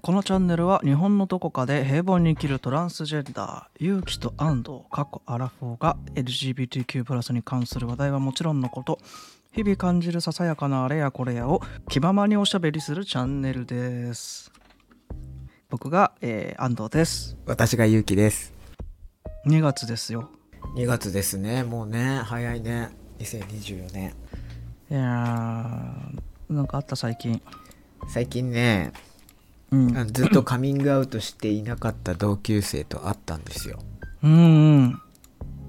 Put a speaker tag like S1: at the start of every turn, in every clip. S1: このチャンネルは日本のどこかで平凡に生きるトランスジェンダー、勇気と安藤、過去アラフォーが LGBTQ+, に関する話題はもちろんのこと、日々感じるささやかなあれやこれやを気ままにおしゃべりするチャンネルです。僕が、えー安藤です。
S2: 私がゆうきです
S1: 2月ですよ。
S2: 2月ですねもうね早いね2024年
S1: いやー、なんかあった最近。
S2: 最近ね
S1: うん。
S2: あのずっとカミングアウトしていなかった同級生と会ったんですよ
S1: うんうん。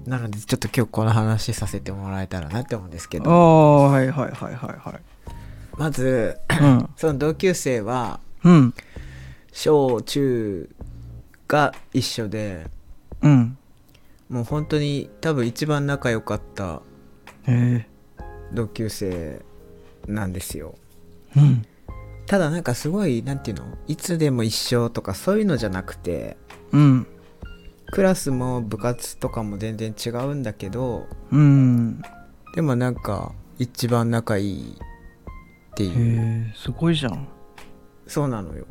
S2: なのでちょっと今日この話させてもらえたらなって思うんですけ
S1: あ
S2: ど
S1: あ、はいはいはいは
S2: まず
S1: いはい。
S2: その同級生は
S1: うん。うん。
S2: 小中が一緒で
S1: うん。
S2: もう本当に多分一番仲良かった
S1: へ
S2: 同級生なんですよ
S1: え。うん。
S2: ただなんかすごいなんていうのいつでも一緒とかそういうのじゃなくて
S1: うん。
S2: クラスも部活とかも全然違うんだけど
S1: うん。
S2: でもなんか一番仲いいって
S1: へ
S2: いう
S1: え、すごいじゃん。
S2: そうなのよ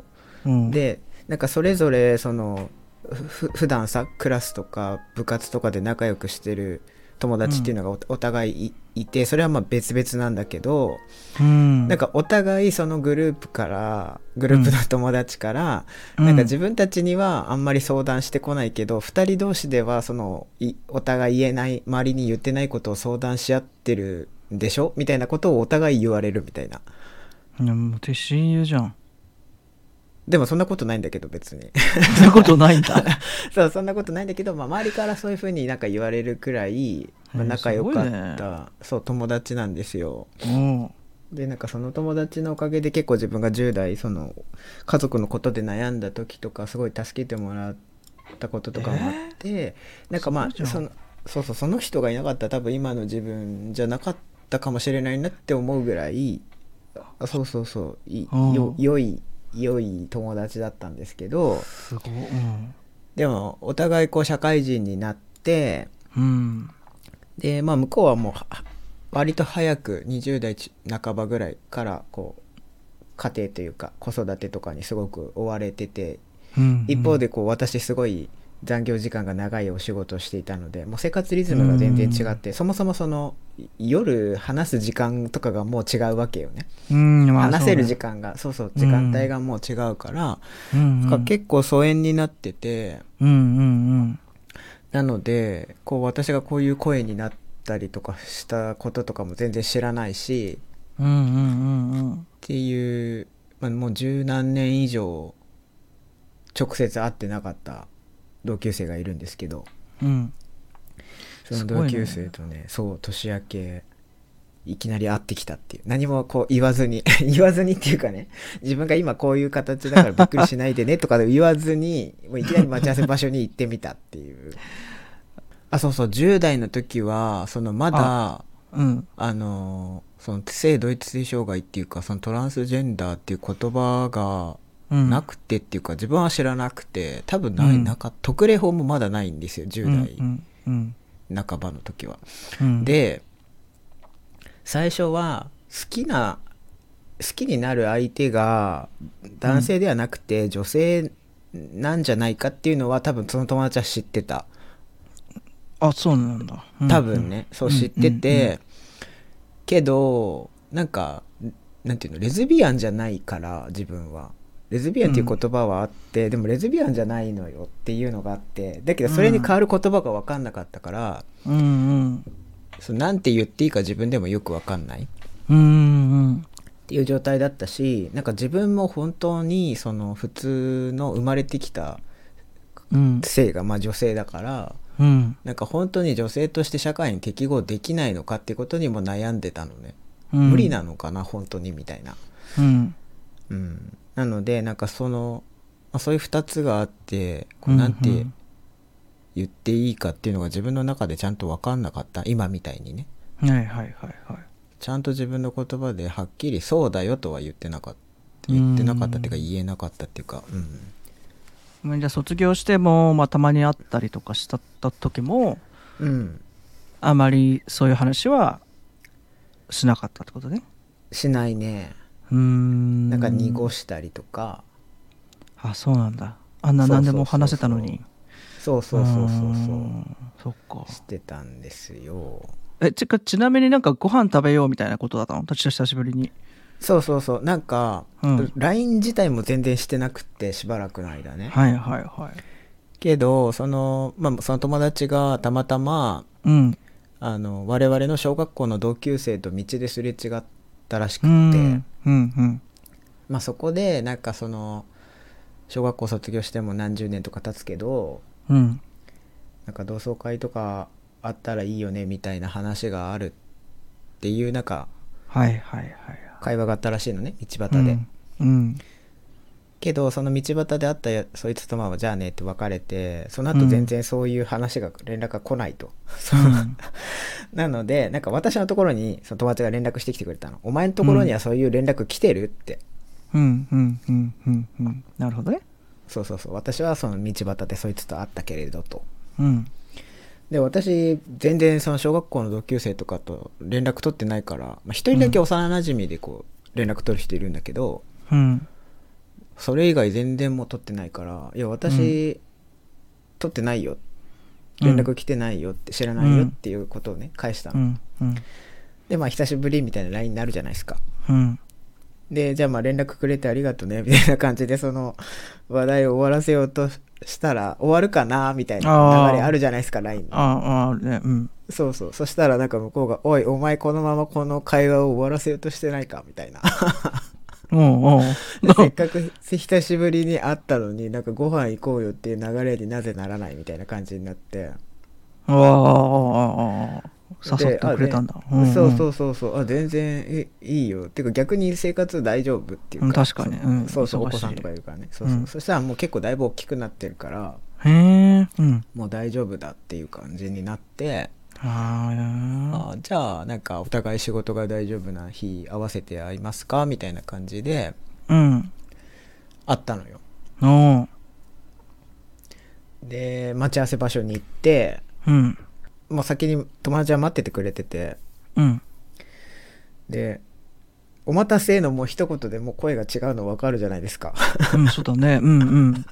S1: うん、、
S2: でなんかそれぞれそのふ普段さクラスとか部活とかで仲良くしてる友達っていうのがお,、互いいいてそれはまあ別々なんだけど、
S1: うん、
S2: なんかお互いそのグループからグループの友達から、なんか自分たちにはあんまり相談してこないけど、二人同士ではそのいお互い言えない周りに言ってないことを相談し合ってるんでしょみたいなことをお互い言われるみたいな
S1: 分。いや、もう、手親友じ ゃん。
S2: でもそんなことないんだけど 別に
S1: そんなことないんだ。
S2: そうそんなことないんだけど、まあ、周りからそういうふうになんか言われるくらい、まあ
S1: へえ
S2: 仲良か
S1: す
S2: っ
S1: ごい
S2: た、そう友達なんですよ
S1: うん。
S2: でなんかその友達のおかげで結構自分が10代その家族のことで悩んだ時とかすごい助けてもらったこととかもあって、なんかま
S1: そうじゃ
S2: あ
S1: ん
S2: そのそうそうその人がいなかったら多分今の自分じゃなかったかもしれないなって思うぐらいあそうそうそうい
S1: うん
S2: よ良い良い友達だったんですけど
S1: すごい。うん。
S2: でもお互いこう社会人になって
S1: うん。
S2: でまあ向こうはもうは割と早く20代ち半ばぐらいからこう家庭というか子育てとかにすごく追われてて
S1: うん、
S2: 一方でこう私すごい残業時間が長いお仕事をしていたのでもう生活リズムが全然違ってそもそもそのい夜話す時間とかがもう違うわけよね
S1: うん、まあ
S2: 話せる時
S1: そう
S2: 間がそうそう時間帯がもう違うから
S1: だねうんうん、
S2: か結構疎遠になってて
S1: うんうんうん。
S2: なのでこう私がこういう声になったりとかしたこととかも全然知らないし
S1: うんうんうんうん。
S2: っていう、まあ、もう十何年以上直接会ってなかった同級生がいるんですけど
S1: うん。
S2: その
S1: すごい
S2: 同
S1: ね
S2: 級生とねそう年明けいきなり会ってきたっていう何もこう言わずに 言わずにっていうかね自分が今こういう形だからびっくりしないでねとか言わずにもういきなり待ち合わせ場所に行ってみたっていう あそうそう10代の時はそのまだあ
S1: うん。
S2: のその性同一性障害っていうかそのトランスジェンダーっていう言葉が
S1: うん。
S2: なくてっていうか自分は知らなくて多分な
S1: う
S2: い、
S1: ん
S2: なんか特例法もまだないんですよ
S1: う
S2: 10
S1: んうん
S2: 代半ばの時は。
S1: うん。、
S2: で最初は好きな好きになる相手が男性ではなくて女性なんじゃないかっていうのは多分その友達は知ってた
S1: あ、そうなんだ。うん
S2: 多分。ね、そう知ってて、けどなんかなんていうのレズビアンじゃないから自分はレズビアンっていう言葉はあって、でもレズビアンじゃないのよっていうのがあってだけどそれに変わる言葉が分かんなかったから、
S1: うんうん。
S2: そのなんて言っていいか自分でもよく分かんない
S1: うんうんうん。
S2: っていう状態だったしなんか自分も本当にその普通の生まれてきた
S1: うん。
S2: 性がまあ女性だから
S1: うん。
S2: なんか本当に女性として社会に適合できないのかってことにも悩んでたのね、
S1: うん
S2: 無理なのかな本当にみたいな、
S1: うん。
S2: うん、なのでなんかその、まあ、そういう2つがあってこう
S1: うん
S2: なん
S1: う
S2: て
S1: ん
S2: 言っていいかっていうのが自分の中でちゃんと分かんなかった今みたいにね
S1: はいはいはいはい。
S2: ちゃんと自分の言葉ではっきり「そうだよ」とは言ってなかった言ってなかったっていうか言えなかったっていうかうん。
S1: まあじゃあ卒業しても、まあ、たまに会ったりとかしたった時も
S2: うん、
S1: あまりそういう話はしなかったってことね
S2: しないね
S1: うーん
S2: なんか濁
S1: し
S2: したりとか、
S1: あそうなんだあんな
S2: そうそうそう
S1: 何で
S2: そう
S1: も話せたのに
S2: そうそうそうそう
S1: ー
S2: そ
S1: んそっか
S2: うしてたんですよ
S1: えちかちなみになんかご飯食べようみたいなことだったの私は久しぶりに
S2: そうそうそうなんか、
S1: うん
S2: LINE 自体も全然してなくってしばらくの間ね
S1: はいはいはい
S2: けどその,、まあ、その友達がたまたま
S1: うん
S2: あの我々の小学校の同級生と道ですれ違ったらしく
S1: う
S2: って、
S1: んうんうん
S2: まあ、そこでなんかその小学校卒業しても何十年とか経つけど
S1: うん
S2: なんか同窓会とかあったらいいよねみたいな話があるっていうなんか
S1: はいはいはいはい
S2: 会話があったらしいのね道端で、
S1: うん
S2: けどその道端で会ったやそいつとまあじゃあねって別れてその後全然そういう話が連絡が来ないと、そううん なのでなんか私のところにその友達が連絡してきてくれたの「お前のところにはそういう連絡来てる?」って
S1: うんうんうんうんうんなるほどね
S2: そうそうそう私はその道端でそいつと会ったけれどと
S1: うん
S2: で私全然その小学校の同級生とかと連絡取ってないからまあ一人だけ幼なじみでこう連絡取る人いるんだけど、
S1: うん
S2: それ以外全然もう取ってないから「いや私、取ってないよ」連絡来てないよって知らないよっていうことをね返した
S1: う
S2: の、
S1: んうん
S2: でまあ久しぶりみたいな LINE になるじゃないですか
S1: うん
S2: でじゃあまあ連絡くれてありがとねみ たいな感じでその話題を終わらせようとしたら終わるかなみたいな流れあるじゃないですか LINE の
S1: あああるねうん
S2: そうそうそしたらなんか向こうが「おいお前このままこの会話を終わらせようとしてないか」みた いな
S1: おうおう
S2: せっかく久しぶりに会ったのになんかご飯行こうよっていう流れになぜならないみたいな感じになって
S1: ああああああ
S2: で
S1: 誘ってくれたんだ
S2: あでそうそううそうそうあ全然えいいよっていうか逆に生活大丈夫っていう
S1: うん
S2: か
S1: 確かにうん
S2: そうそう
S1: 忙
S2: お
S1: しい
S2: 子さんとかいるからねそうそう、
S1: うん
S2: そしたらもう結構だいぶ大きくなってるから
S1: へえうん
S2: もう大丈夫だっていう感じになって、
S1: あ
S2: あじゃあなんかお互い仕事が大丈夫な日合わせて会いますかみたいな感じで
S1: あうん
S2: 会ったのよ
S1: おう
S2: で待ち合わせ場所に行って
S1: うん
S2: もう先に友達は待っててくれてて
S1: うん
S2: で「お待たせ」のもう一言でもう声が違うの分かるじゃないですか
S1: うんそうだねうんうん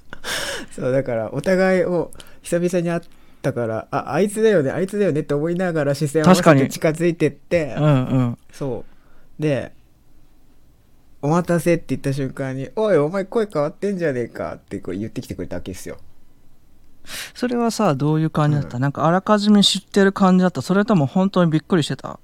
S2: そうだからお互いを久々に会ったからああいつだよねあいつだよねって思いながら視線を合わせ
S1: 確か
S2: て
S1: に
S2: 近づいてって
S1: うんうん
S2: そうで「お待たせ」って言った瞬間に「おいお前声変わってんじゃねえか」ってこう言ってきてくれたわけですよ
S1: それはさどういう感じだった、
S2: う
S1: なんかあらかじめ知ってる感じだったそれとも本当にびっくりしてた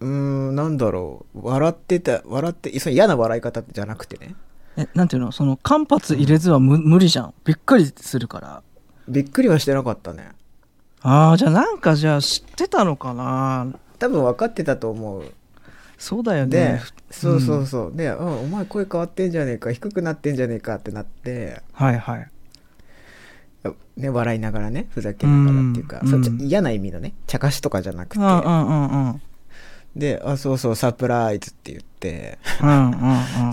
S2: うーんなんだろう笑ってた笑ってその嫌な笑い方じゃなくてね
S1: えなんていうのその間髪入れずは無,、無理じゃんびっくりするから
S2: びっくりはしてなかったね
S1: ああじゃあなんかじゃあ知ってたのかな
S2: 多分分かってたと思う
S1: そうだよ
S2: で、
S1: ね
S2: そうそうそうで、うんお前声変わってんじゃねえか低くなってんじゃねえかってなって、
S1: はいはい
S2: ね、笑いながらねふざけながらっていうか、
S1: うん
S2: そっち
S1: うん
S2: 嫌な意味のね茶化しとかじゃな
S1: う
S2: くて、
S1: んうんうんうん
S2: であそうそうサプライズって言って
S1: うんうんうん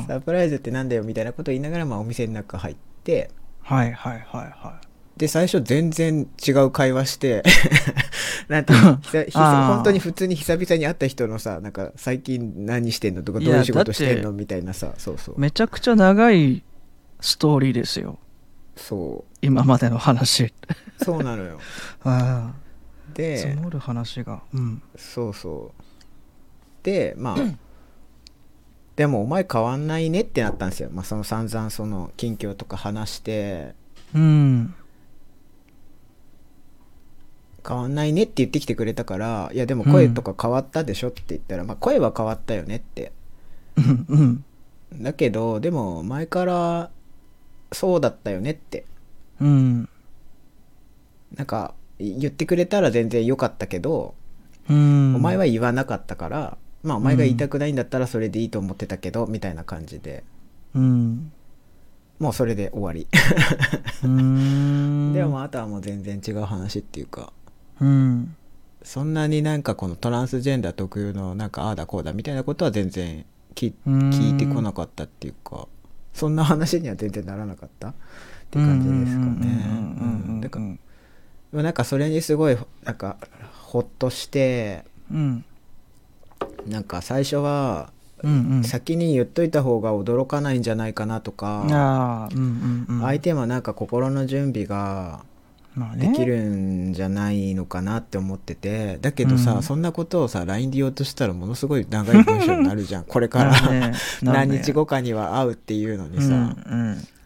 S2: サプライズってなんだよみたいなこと言いながら、まあ、お店の中入って
S1: はいはいはいは
S2: で最初全然違う会話して なんていうのひさひさ
S1: あー
S2: 本当に普通に久々に会った人のさなんか最近何してんのとかどういう仕
S1: いやだ
S2: 事
S1: って
S2: してんのみたいなさそうそう
S1: いめちゃくちゃ長いストーリーですよ
S2: そ
S1: 今までの話
S2: うそうなのよ
S1: ああ
S2: で
S1: 積もる話がうん
S2: そうそうでまあ、でもお前変わんないねってなったんですよ、まあ、その散々その近況とか話して
S1: うん
S2: 変わんないねって言ってきてくれたからいやでも声とか変わったでしょって言ったら、まあ声は変わったよねって
S1: うんうん
S2: だけどでも前からそうだったよねって
S1: うん
S2: なんか言ってくれたら全然良かったけど、
S1: うん
S2: お前は言わなかったからまあお前が言いたくないんだったらそれでいいと思ってたけど、みたいな感じで
S1: うん
S2: もうそれで終わり
S1: うーん
S2: でもあとはもう全然違う話っていうか
S1: うん
S2: そんなになんかこのトランスジェンダー特有のなんかああだこうだみたいなことは全然聞
S1: うん
S2: 聞いてこなかったっていうかそんな話には全然ならなかったっていう感じです
S1: う
S2: かね
S1: んうんうんうんうん
S2: うんだからでもなんかそれにすごいなんかほっとして
S1: うん
S2: なんか最初は
S1: うん
S2: 先に言っといた方が驚かないんじゃないかなと
S1: うん。
S2: か、
S1: ああ、うんうんうん。
S2: 相手もなんか心の準備が
S1: まあ
S2: で
S1: ね、
S2: きるんじゃないのかなって思っててだけどさ、
S1: うん
S2: そんなことをさ LINE で言おうとしたらものすごい長い文章になるじゃんこれから
S1: なるねなる
S2: 何
S1: ね
S2: 日後かには会うっていうのに
S1: うん
S2: さ、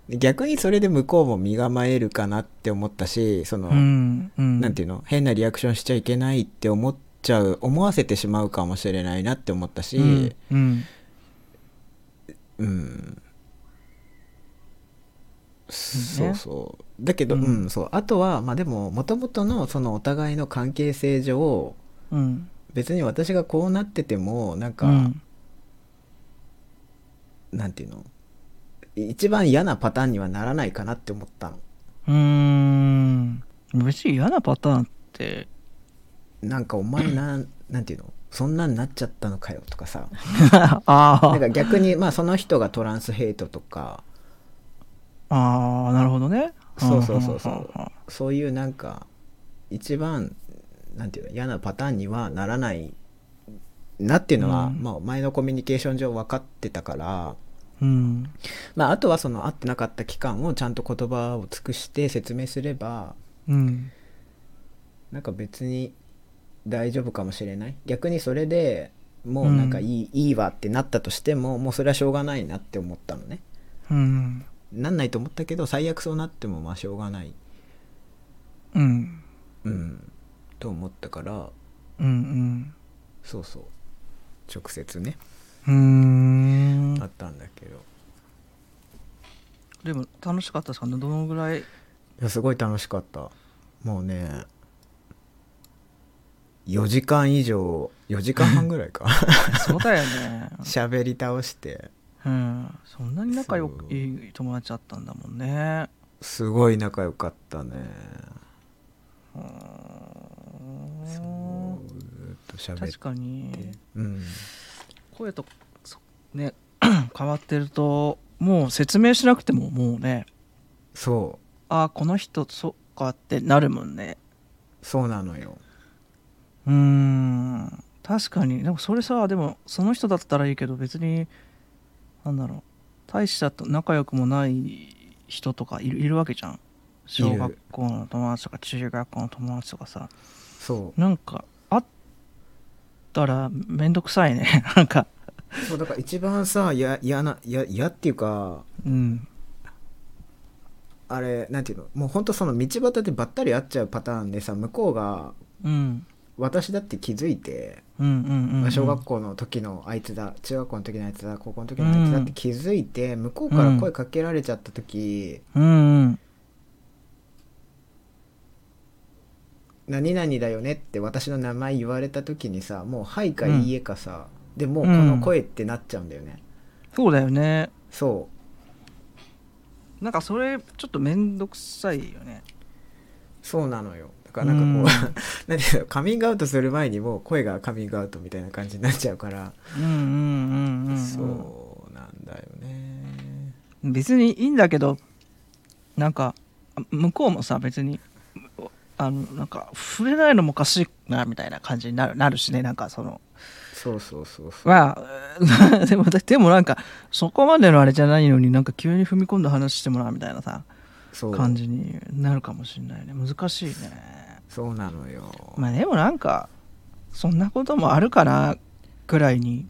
S2: 逆にそれで向こうも身構えるかなって思ったしその、
S1: うんうんうん。
S2: なんていうの変なリアクションしちゃいけないって思っちゃう思わせてしまうかもしれないなって思ったし、
S1: うんうん
S2: うんそうそうだけど、うんそうあとはまあでももともとのそのお互いの関係性上
S1: うん
S2: 別に私がこうなっててもなんか、
S1: うん
S2: なんていうの一番嫌なパターンにはならないかなって思ったの
S1: うーん別に嫌なパターンって
S2: なんかお前 なんなんていうのそんなんなっちゃったのかよとかさ
S1: あ
S2: なん
S1: あ
S2: か逆にまあその人がトランスヘイトとか
S1: ああなるほどね
S2: そうそうそうそう
S1: はは
S2: そういうなんか一番なんていうの嫌なパターンにはならないなっていうのは、
S1: うん
S2: まあ、前のコミュニケーション上分かってたから、
S1: うん
S2: まあ、あとはその会ってなかった期間をちゃんと言葉を尽くして説明すれば
S1: うん
S2: なんか別に大丈夫かもしれない逆にそれでもうなんかいい,、いいわってなったとしてももうそれはしょうがないなって思ったのね
S1: うん
S2: なんないと思ったけど最悪そうなってもまあしょうがない、
S1: うん
S2: うん、と思ったから
S1: うんうん
S2: そうそう直接ね
S1: うーん
S2: あったんだけどい
S1: でも楽しかったですかねどのぐらい
S2: やすごい楽しかったもうね4時間以上4時間半ぐらいか
S1: そうだよね
S2: 喋り倒して
S1: うんそんなに仲良く
S2: そう
S1: いい友達だったんだもんね
S2: すごい仲良かったね
S1: うーん
S2: そうずっと喋っ
S1: 確かに
S2: てうん
S1: 声とそね 変わってるともう説明しなくてももうね
S2: そ
S1: ああこの人そっかってなるもんね
S2: うそうなのよ
S1: うーん確かにでもそれさでもその人だったらいいけど別になんだろう大したと仲良くもない人とかいるいるわけじゃん小学校の友達とか中学校の友達とかさ
S2: そう
S1: なんかあったらめんどくさいね なんか
S2: そうだから一番さ嫌なややっていうか
S1: うん
S2: あれなんていうのもうほんとその道端でばったり会っちゃうパターンでさ向こうが
S1: うん
S2: 私だって気づいて、
S1: うんうんうん、う
S2: まあ
S1: ん、
S2: 小学校の時のあいつだ中学校の時のあいつだ高校の時のあいつだって気づいて、向こうから声かけられちゃった時、
S1: うんうん
S2: 何々だよねって私の名前言われた時にさもう「はい」か「いいえ」かさ、でもうこの声ってなっちゃうんだよね、
S1: そうだよね
S2: そ
S1: なんかそれちょっとめんどくさいよね
S2: うそうなのよだからなんかこう、 なんていうのカミングアウトする前にもう声がカミングアウトみたいな感じになっちゃうから、
S1: うんうんうんうん、うん、
S2: そうなんだよね
S1: 別にいいんだけどなんかあ向こうもさ別にあのなんか触れないのもおかしいなみたいな感じになるなるしねなんかその
S2: そうそうそうそう
S1: まあ でもだでもなんかそこまでのあれじゃないのになんか急に踏み込んだ話してもらうみたいなさ
S2: そう
S1: 感じになるかもしれないね難しいね
S2: そうなのよ、
S1: まあでもなんかそんなこともあるかなくらいに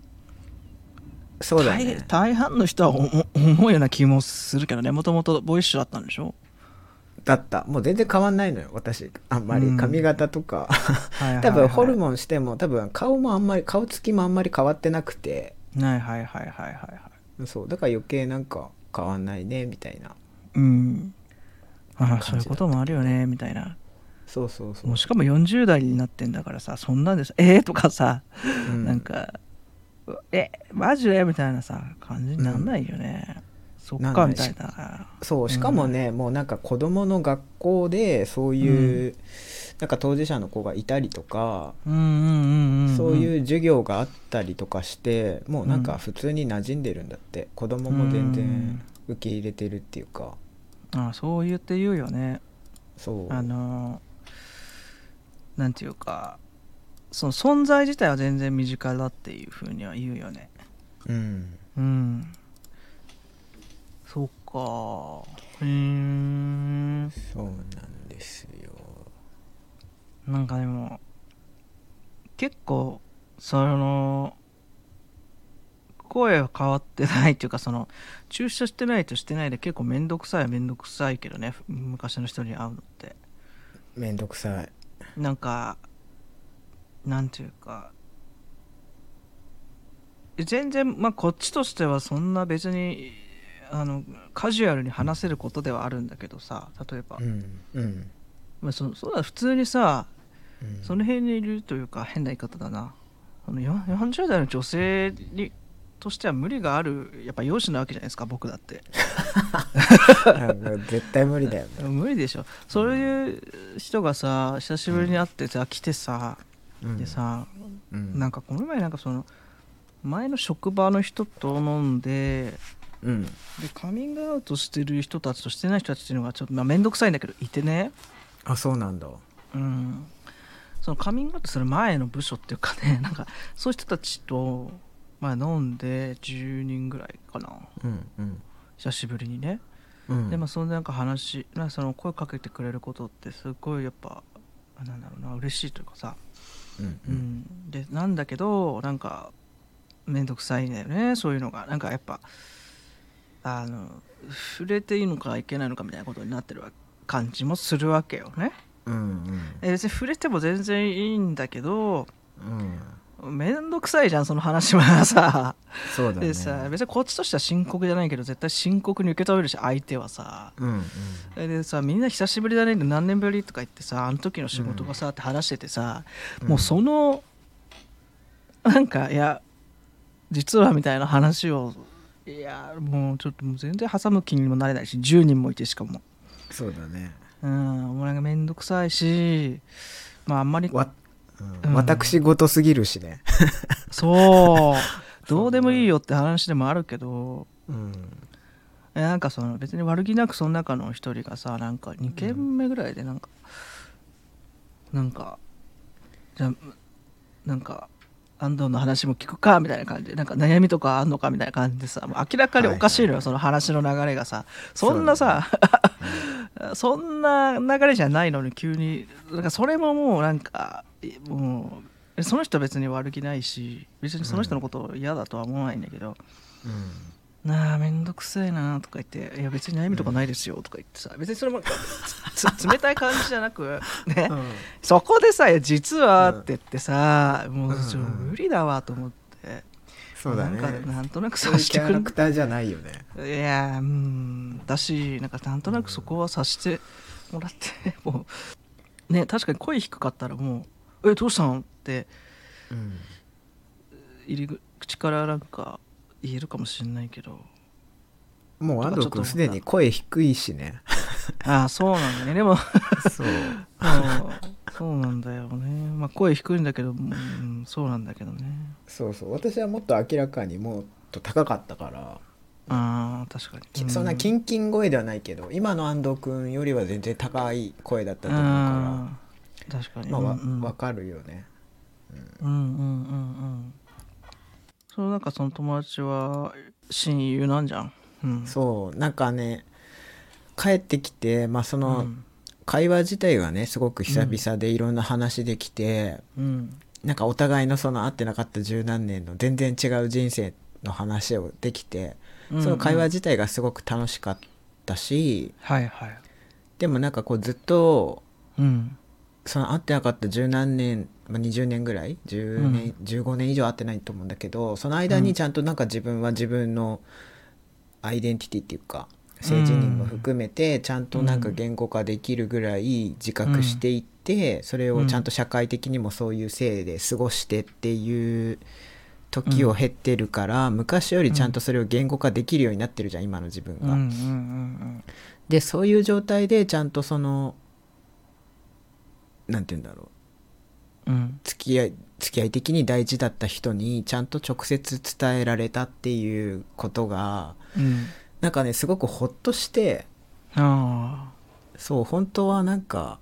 S2: そうだね
S1: 大大半の人は思思うような気もするけどねもともとボーイッシュだったんでしょ
S2: だったもう全然変わんないのよ私あんまり
S1: うん
S2: 髪型と
S1: は
S2: か、
S1: いはいはい
S2: 多分ホルモンしても多分顔もあんまり顔つきもあんまり変わってなくて
S1: はいはいはいはいはいはい
S2: そうだから余計なんか変わんないねみたいな
S1: うんあ
S2: 感
S1: あ
S2: じだ
S1: そういうこともあるよねみたいな
S2: そうそうそう
S1: もうしかも40代になってんだからさそんなんですえー、とかさ、
S2: う
S1: なんかうえマジでみたいなさ感じになんないよね、そっ
S2: なんな
S1: か
S2: い
S1: みたいな
S2: そうしかもね、もうなんか子供の学校でそういう、なんか当事者の子がいたりとか、
S1: うんうんうんうん
S2: そう
S1: う
S2: い
S1: ん
S2: う授業があったりとかしてもうなん
S1: うん
S2: か普通に馴染んでるんだって子供も全然受け入れてるっていうか
S1: ああそう言って言うよね
S2: そう
S1: あのーなんていうかその存在自体は全然身近だっていうふうには言うよね
S2: うん
S1: うんそうかへえ
S2: そうなんですよ
S1: なんかでも結構その声は変わってないっていうかその注射してないとしてないで結構面倒くさいは面倒くさいけどね昔の人に会うのって
S2: めんどくさい
S1: なんかなんていうか全然まあこっちとしてはそんな別にあのカジュアルに話せることではあるんだけどさ例えば、
S2: うんうん
S1: まあ、そそうだ普通にさ
S2: うん
S1: その辺にいるというか変な言い方だなあのよ40代の女性にとしては無理があるやっぱ容姿なわけじゃないですか僕だって
S2: あもう絶対無理だよね
S1: 無理でしょそういう人がさ久しぶりに会ってさ来てさ、
S2: うん
S1: でさ
S2: うん
S1: なんかこの前なんかその前の職場の人と飲んで
S2: うん
S1: でカミングアウトしてる人たちとしてない人たちっていうのがちょっとまあ面倒、くさいんだけどいてね
S2: あそうなんだ
S1: うんそのカミングアウトする前の部署っていうかね なんかそういう人たちと、まあ、飲んで10人ぐらいかな
S2: うんうん
S1: 久しぶりにね、
S2: うん
S1: でまあそんななんか話なんかその声かけてくれることってすごいやっぱなんだろうな嬉しいというかさ、
S2: うん
S1: う
S2: うんん
S1: でなんだけどなんか面倒くさいんだよねそういうのがなんかやっぱあの触れていいのかいけないのかみたいなことになってるわ感じもするわけよね。
S2: うんうん
S1: え別に触れても全然いいんだけど
S2: うん
S1: めんどくさいじゃんその話はさ
S2: そうだね
S1: でさ別にこっちとしては深刻じゃないけど絶対深刻に受け止めるし相手はさ
S2: うんうん
S1: でさみんな久しぶりだねって何年ぶりとか言ってさあの時の仕事がさ、って話しててさ、
S2: うん
S1: もうそのなんかいや実はみたいな話をいやもうちょっともう全然挟む気にもなれないし10人もいてしかも
S2: そうだね
S1: うんもうなんかめんどくさいしまああんまり
S2: わ、う
S1: うん
S2: ん私事すぎるしね
S1: そう。どうでもいいよって話でもあるけど、
S2: うん
S1: えなんかその別に悪気なくその中の一人がさ、なんか2軒目ぐらいでなんか、なんか、じゃあなんか、安藤の話も聞くかみたいな感じで、なんか悩みとかあんのかみたいな感じでさ、もう明らかにおかしいのよ、
S2: はいはい
S1: その話の流れがさ。そんなさ、そんな流れじゃないのに急に、なんかそれももうなんか、いもう、その人別に悪気ないし、別にその人のこと嫌だとは思わないんだけど、
S2: うん
S1: なあ、めんどくせえなとか言って、いや別に悩みとかないですよとか言ってさ、別にそ れもつつ 冷たい感じじゃなく、ね、そこでさ、いや実はって言ってさ、もうちょ
S2: うんうん
S1: 無理だわと思って、
S2: そうだね
S1: なんかなんとなく
S2: そう
S1: 察
S2: いう
S1: して
S2: キャ
S1: く
S2: ラ
S1: る
S2: クターじゃないよね
S1: いやーうんだしなんかなんとなくそこは察してもらって、 もうね確かに声低かったらもう「えどうしたん?」って
S2: うん
S1: 入り口からなんか言えるかもしれないけど
S2: もう安藤君すでに声低い しね
S1: ああそうなんだねでも
S2: そう
S1: そうそうなんだよねまあ声低いんだけど、うん、そうなんだけどね
S2: そうそう私はもっと明らかにもっと高かったから
S1: あー確か
S2: き
S1: に
S2: そんなキ
S1: ン
S2: ンキン声ではないけど今の安藤君よりは全然高い声だったと思うか
S1: 確からに、
S2: まあわ
S1: うんうん
S2: わかるよね
S1: うんうんうんうんそのなんかその友達は親友なんじゃん、うん、
S2: そうなんかね帰ってきてまあその
S1: ん
S2: 会話自体はねすごく久々でいろんな話できて、
S1: うん
S2: なんかお互いのその会ってなかった十何年の全然違う人生の話をできてその会話
S1: うん
S2: 自体がすごく楽しかったし、
S1: はいはい
S2: でもなんかこうずっと
S1: うん
S2: その会ってなかった十何年、まあ、20年ぐらい10年、15年以上会ってないと思うんだけどその間
S1: う
S2: に
S1: ん
S2: ちゃんとなんか自分は自分のアイデンティティっていうか性自認も含めてちゃんとなんか言語化できるぐらい自覚していって、それをちゃんと社会的にもそういう性で過ごしてっていう時を経ってるから、昔よりちゃんとそれを言語化できるようになってるじゃん今の自分
S1: うん
S2: が。
S1: うんうん
S2: でそういう状態でちゃんとそのなんて言うんだろう
S1: うんうん
S2: 付き合い付き合い的に大事だった人にちゃんと直接伝えられたっていうことが
S1: うん
S2: なんかねすごくほっとして
S1: あ
S2: そう本当はなんか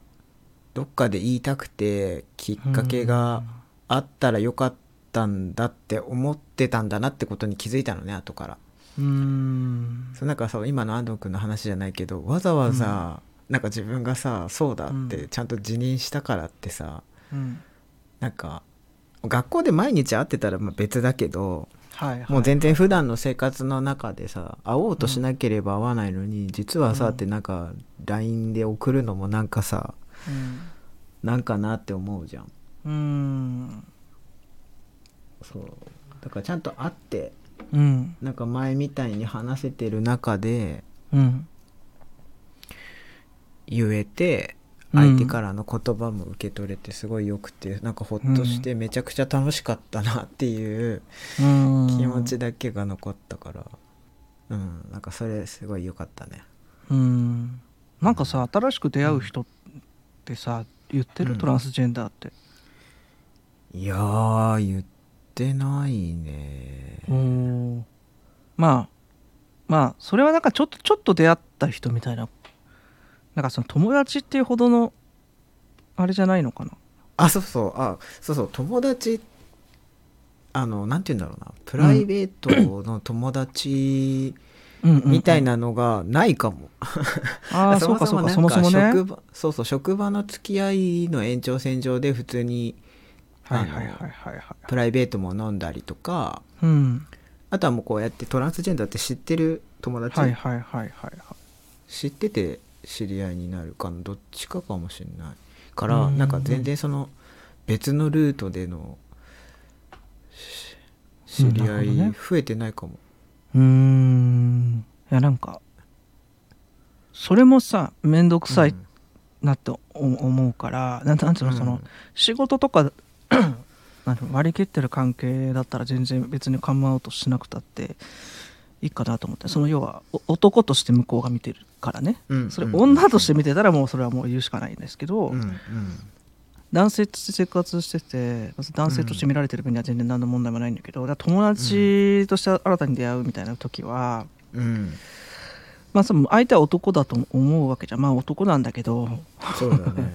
S2: どっかで言いたくてきっかけがあったらよかっったんだって思ってたんだなってことに気づいたのね後から
S1: うーん
S2: そうなんかさ今の安藤君の話じゃないけどわざわざ、なんか自分がさそうだっ
S1: う
S2: て
S1: ん
S2: ちゃんと辞任したからってさ、
S1: うん
S2: なんか学校で毎日会ってたらまあ別だけど
S1: はいはい
S2: もう全然普段の生活の中でさ会おうとしなければ会わないのに、実はさ、
S1: うん
S2: ってなんか LINE で送るのもなんかさなんかなって思うじゃん
S1: うんうん
S2: そうだからちゃんと会って
S1: うん
S2: なんか前みたいに話せてる中で
S1: うん
S2: 言えて
S1: うん
S2: 相手からの言葉も受け取れてすごいよくて、なんかほっとしてめちゃくちゃ楽しかったなっていう
S1: うん
S2: 気持ちだけが残ったからうん、なんかそれすごい良かったね
S1: うんなんかさ新しく出会う人ってさ言ってる、
S2: うん
S1: トランスジェンダーって
S2: いやー言ってないね
S1: おまあまあそれはなんかちょっとちょっと出会った人みたいななんかその友達っていうほどのあれじゃないのかな
S2: あそうそうあそうそう友達あのなんて言うんだろうなプライベートの友達
S1: うんうんうん
S2: みたいなのがないかも、
S1: ああそうかそうかそもそもね
S2: なんか職場そうそう職場の付き合いの延長線上で普通に
S1: はいはいはいはいはい
S2: プライベートも飲んだりとか
S1: うん
S2: あとはもうこうやってトランスジェンダーって知ってる友達、
S1: はいはいはいはいはい
S2: 知ってて知り合いになるかのどっちかかもしれないから、
S1: うん
S2: なんか全然その別のルートでのし知り合
S1: うんなるほど
S2: い
S1: ね
S2: 増えてないかも、
S1: うーんいやなんかそれもさ面倒くさいなってお思うからなんてなんていうのその、
S2: うん
S1: 仕事とか なんていうの割り切ってる関係だったら全然別にカムアウトしなくたっていいかなと思ってその要はお男として向こうが見てるからね、
S2: うん
S1: それ
S2: うん
S1: 女として見てたらもうそれはもう言うしかないんですけど、
S2: うんうん
S1: 男性として生活しててまず男性として見られてる分には全然何の問題もないんだけど、だから友達として新たに出会うみたいな時は、
S2: うん
S1: まあ、その相手は男だと思うわけじゃんまあ男なんだけど
S2: そうだね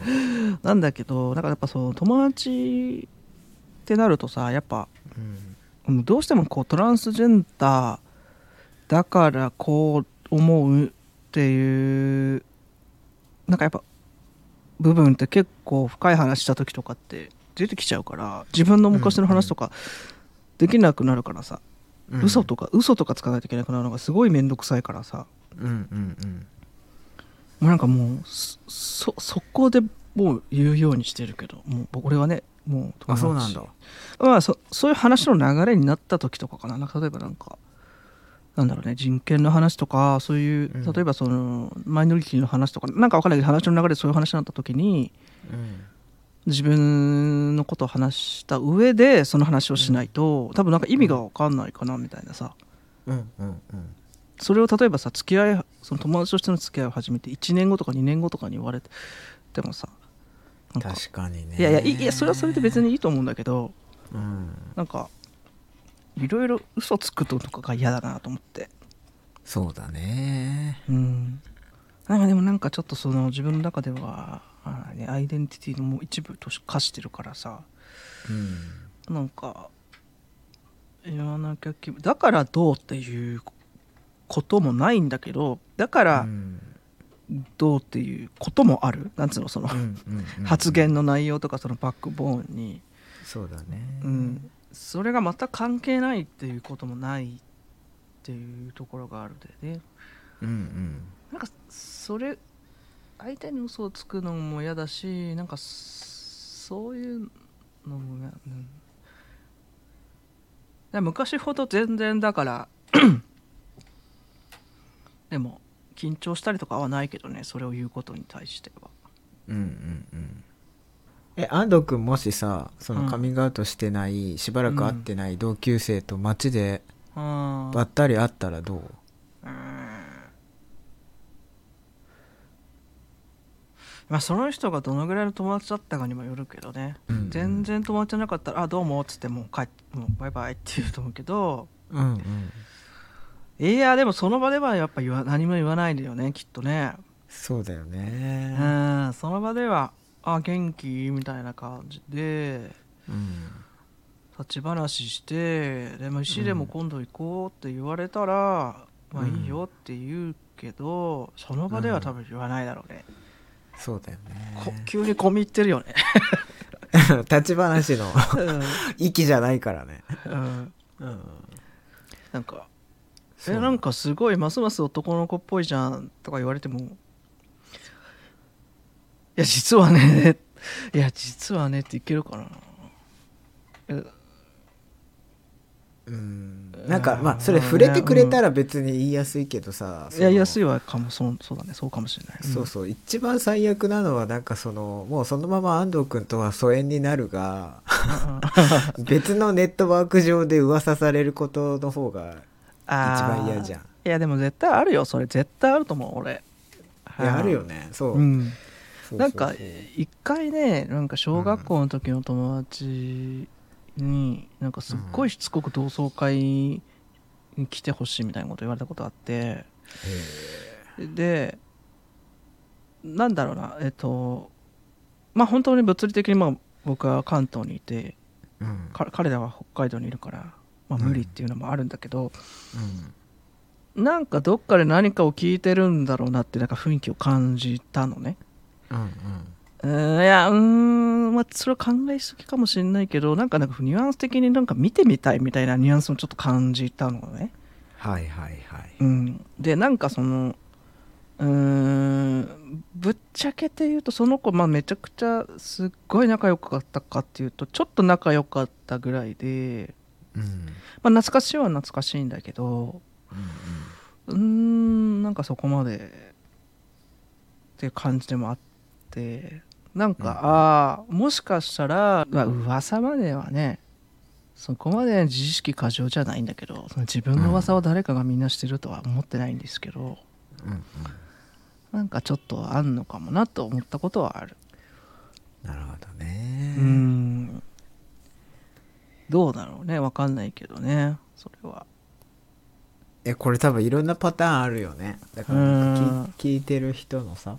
S1: なんだけどだからやっぱその友達ってなるとさやっぱ
S2: うん
S1: うんどうしてもこうトランスジェンダーだからこう思うっていうなんかやっぱ部分って結構深い話した時とかって出てきちゃうから自分の昔の話とかできなくなるからさ、
S2: うん
S1: 嘘とか嘘とかつかないといけなくなるのがすごい面倒くさいからさ
S2: うんうんうん
S1: もうなんかもうそそ速攻でもう言うようにしてるけどもう僕俺はねもう友達
S2: あそうなんだ
S1: まあ、そそういう話の流れになった時とかかななんか例えばなんかなんだろうね人権の話とかそういう
S2: うん
S1: 例えばその、マイノリティの話とかなんか分からないけど話の流れでそういう話になった時に
S2: うん
S1: 自分のことを話した上でその話をしないと、多分なんか意味が分かんないかなみたいなさ
S2: うんうんうん
S1: それを例えばさ付き合いその友達としての付き合いを始めて1年後とか2年後とかに言われてでもさなんか
S2: 確かにね
S1: いやいやいいいやそれはそれで別にいいと思うんだけど
S2: うん
S1: なんかいろいろ嘘つくととかが嫌だなと思って
S2: そうだね
S1: うんなんかでもなんかちょっとその自分の中ではあーねアイデンティティのもう一部として化してるからさ
S2: うん
S1: なんか言わなきゃ気分だからどうっていうこともないんだけどだか
S2: う
S1: ら
S2: ん
S1: どうっていうこともあるなんつうのその
S2: うんうんうん
S1: 発言の内容とかそのバックボーンに
S2: そうだね
S1: うん、それがまた関係ないっていうこともないっていうところがあるんでね
S2: うんうん
S1: なんかそれ相手に嘘をつくのも嫌だしなんかそういうのもね、うん、だから昔ほど全然だからでも緊張したりとかはないけどねそれを言うことに対しては
S2: うんうんうんえ安藤君もしさそ
S1: うん
S2: のカミングアウトしてない、しばらく会ってない同級生と街で
S1: あ
S2: ばったり会ったらどう、
S1: まあ、その人がどのぐらいの友達だったかにもよるけどね、
S2: うんうん
S1: 全然友達じゃなかったら「あどうも」っつってもう帰っもうバイバイって言うと思うけど
S2: うんうん、
S1: いやでもその場ではやっぱ言わ何も言わないんだよねきっとね
S2: そうだよ
S1: う
S2: ね
S1: んその場では「あ元気?」みたいな感じで
S2: うん
S1: 立ち話してでも石でも今度行こうって言われたら、
S2: うん
S1: まあいいよって言うけどその場では多分言わないだろうね、
S2: そうだよ
S1: こ
S2: ね
S1: 急に込み入ってるよね
S2: 立ち話の 息じゃないからね
S1: うん
S2: うん
S1: なんか「え
S2: そう
S1: なんかすごいますます男の子っぽいじゃん」とか言われても「いや実はね いや実はね」っていけるかなえ
S2: うんなんかまあそれ触れてくれたら別に言いやすいけどさ、
S1: いや
S2: い
S1: 安いはかもそうそうだねそうかもしれない、ん
S2: そうそう一番最悪なのはなんかそのもうそのまま安藤君とは疎遠にな るが別のネットワーク上で噂されることの方が一番嫌じゃ
S1: ん
S2: ん
S1: いやでも絶対あるよそれ絶対あると思う俺
S2: いやあるよねそう,、
S1: うん
S2: そうそうそう
S1: なんか一回ねなんか小学校の時の友達になんかすっごいしつこく同窓会に来てほしいみたいなこと言われたことあってでなんだろうなえっとまあ本当に物理的にまあ僕は関東にいて
S2: うん
S1: か彼らは北海道にいるから、まあ、無理っていうのもあるんだけど、
S2: うん
S1: なんかどっかで何かを聞いてるんだろうなってなんか雰囲気を感じたのね。
S2: うん
S1: うーんいやうーんまあそれは考えすぎかもしれないけどなんかなんかニュアンス的になんか見てみたいみたいなニュアンスもちょっと感じたのね。
S2: はいはいはい
S1: うん、でなんかそのうーんぶっちゃけて言うとその子、まあ、めちゃくちゃすっごい仲良かったかっていうとちょっと仲良かったぐらいで、
S2: うん
S1: まあ、懐かしいは懐かしいんだけどうーんなんかそこまでっていう感じでもあってなんか、
S2: うん
S1: ああもしかしたら、まあ、噂まではねそこまで自意識過剰じゃないんだけどその自分の噂を誰かがみんなしてるとは思ってないんですけど、
S2: うんうん
S1: なんかちょっとあんのかもなと思ったことはある
S2: なるほどね
S1: うーんどうだろうねわかんないけどねそれは
S2: えこれ多分いろんなパターンあるよねだからなんか聞聞いてる人のさ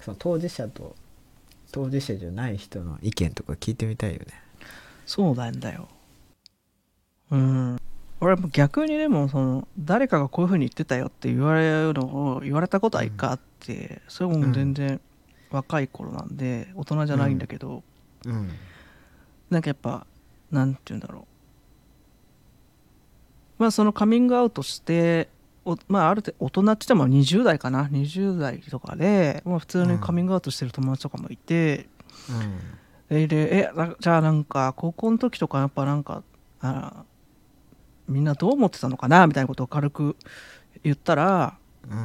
S2: その当事者と当事者じゃない人の意見とか聞いてみたいよね
S1: そうなんだようん俺も逆にでもその誰かがこういうふうに言ってたよって言われるのを言われたことは一回あって、それも全然若い頃なんで大人じゃないんだけど、
S2: うん
S1: なんかやっぱなんて言うんだろうまあそのカミングアウトしておまあある程度大人って言っても20代かな20代とかで、まあ、普通にカミングアウトしてる友達とかもいて、えでえなじゃあなんか高校の時とかやっぱなんかあみんなどう思ってたのかなみたいなことを軽く言ったら
S2: うんうん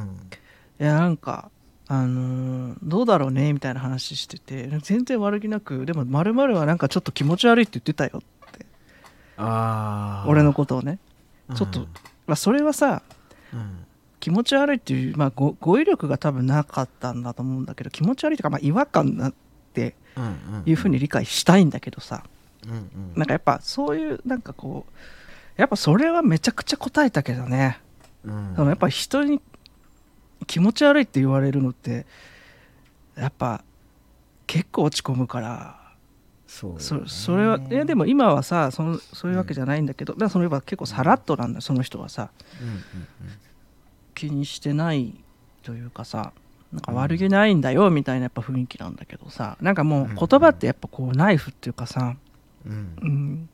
S1: いやなんかあのーどうだろうねみたいな話してて全然悪気なくでも〇〇はなんかちょっと気持ち悪いって言ってたよって
S2: あー
S1: 俺のことをねちょっ
S2: う
S1: と
S2: ん、
S1: まあ、それはさ
S2: うん
S1: 気持ち悪いっていう、まあ、ご語彙力が多分なかったんだと思うんだけど気持ち悪いというか、まあ、違和感だって
S2: うんうん
S1: いうふうに理解したいんだけどさ、
S2: うんうん
S1: なんかやっぱそういうなんかこうやっぱそれはめちゃくちゃ答えたけどね、
S2: うん
S1: でもやっぱ人に気持ち悪いって言われるのってやっぱ結構落ち込むから
S2: そう
S1: そそれは
S2: ね
S1: いやでも今はさそのそういうわけじゃないんだけど、まあそのやっぱ結構さらっとなんだよその人はさ
S2: うんうん
S1: 気にしてないというかさなんか悪気ないんだよみたいなやっぱ雰囲気なんだけどさなんかもう言葉ってやっぱこうナイフっていうかさ、
S2: うん
S1: うん、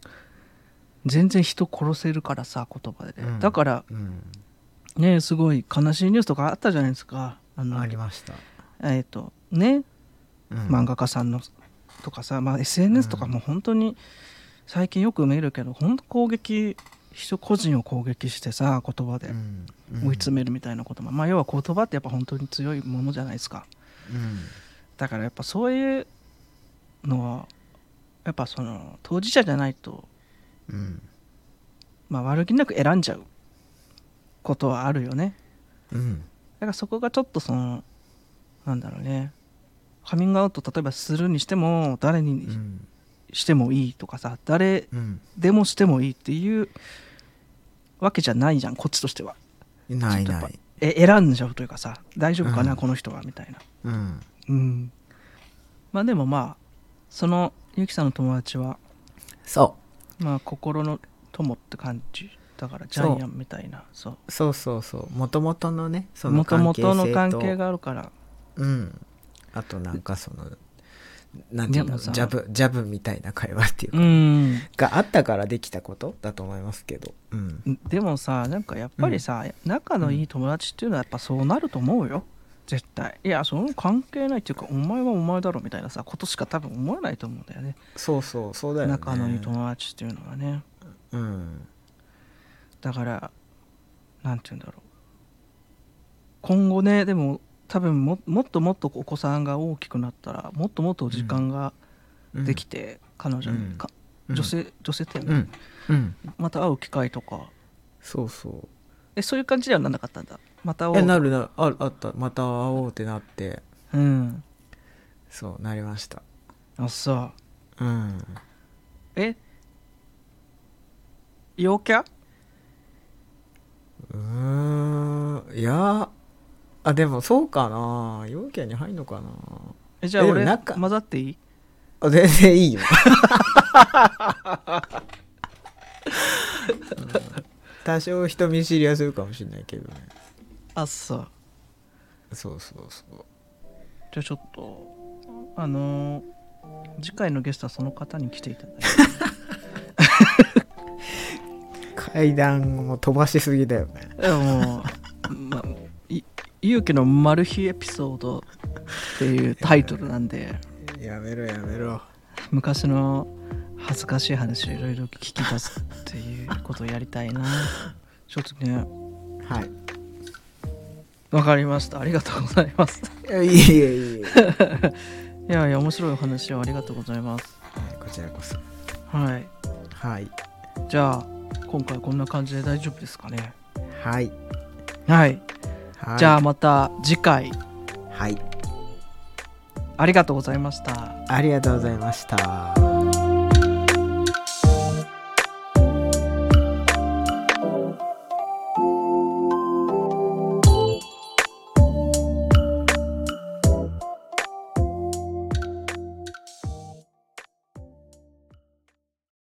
S1: 全然人殺せるからさ言葉で、
S2: うん
S1: だから
S2: うん
S1: ねすごい悲しいニュースとかあったじゃないですかあ
S2: うん
S1: の
S2: ありました
S1: えっ、とね
S2: うん
S1: 漫画家さんのとかさ、まあ、SNS とかも本当に最近よく見るけど本当攻撃人個人を攻撃してさ言葉で
S2: うん
S1: 追い詰めるみたいなことも、まあ要は言葉ってやっぱ本当に強いものじゃないですか
S2: うん
S1: だからやっぱそういうのはやっぱその当事者じゃないと
S2: うん
S1: まあ、悪気なく選んじゃうことはあるよね
S2: うん
S1: だからそこがちょっとそのなんだろうねカミングアウト例えばするにしても誰に
S2: うん
S1: してもいいとかさ誰
S2: うん
S1: でもしてもいいっていうわけじゃないじゃんこっちとしては
S2: ない
S1: ちょっと
S2: な
S1: やっ
S2: い
S1: ぱえ選んじゃうというかさ大丈夫かな、
S2: うん
S1: この人はみたいな
S2: うん
S1: うんまあでもまあそのゆきさんの友達は
S2: そ
S1: まあ心の友って感じだからジャイアンみたいなそう
S2: そうそうそうもともとのねその
S1: もと
S2: 関
S1: も
S2: 係性と
S1: との関係があるから
S2: うんあとなんかそのなんていう
S1: で
S2: の
S1: も
S2: ジ
S1: さ
S2: ャブジャブみたいな会話っていうか、
S1: うん
S2: があったからできたことだと思いますけど、うん、
S1: でもさなんかやっぱりさ、仲のいい友達っていうのはやっぱそうなると思うよ絶対いやその関係ないっていうかお前はお前だろみたいなさことしか多分思わないと思うんだよね
S2: そうそうそうだよね
S1: 仲のいい友達っていうのはね
S2: うん
S1: だからなんて言うんだろう今後ねでも多分ももっともっとお子さんが大きくなったらもっともっと時間が
S2: うん
S1: できて、彼女に、
S2: うん
S1: か
S2: うん
S1: 女性女性っていう
S2: う
S1: の、
S2: ん、うん、
S1: また会う機会とか
S2: そうそう
S1: えそういう感じではなんなかったんだまた会
S2: え
S1: おう
S2: なるなるああったまた会おうってなって
S1: うん
S2: そうなりました
S1: あそう
S2: うん
S1: え陽キャ
S2: うーんいやあでもそうかな要件に入んのかな
S1: えじゃあ
S2: えでも
S1: 俺
S2: なんか
S1: 混ざっていい
S2: あ全然いいよ、うん多少人見知りはするかもしれないけどね
S1: あそう
S2: そうそうそう
S1: じゃあちょっとあのー次回のゲストはその方に来ていただい て
S2: 階段も飛ばしすぎだよね
S1: いやもう、ま、い勇気のマル秘エピソードっていうタイトルなんで
S2: やめろやめろ
S1: 昔の恥ずかしい話をいろいろ聞き出すっていうことをやりたいなちょっとね
S2: はい
S1: わかりましたありがとうござい ます
S2: いやいいえいいえ
S1: いやいや面白いお話をありがとうございます
S2: こちらこそ
S1: はい
S2: はい
S1: じゃあ今回こんな感じで大丈夫ですかね
S2: はい
S1: はい、
S2: はい
S1: じゃあまた次回
S2: はい
S1: ありがとうございました
S2: ありがとうございました。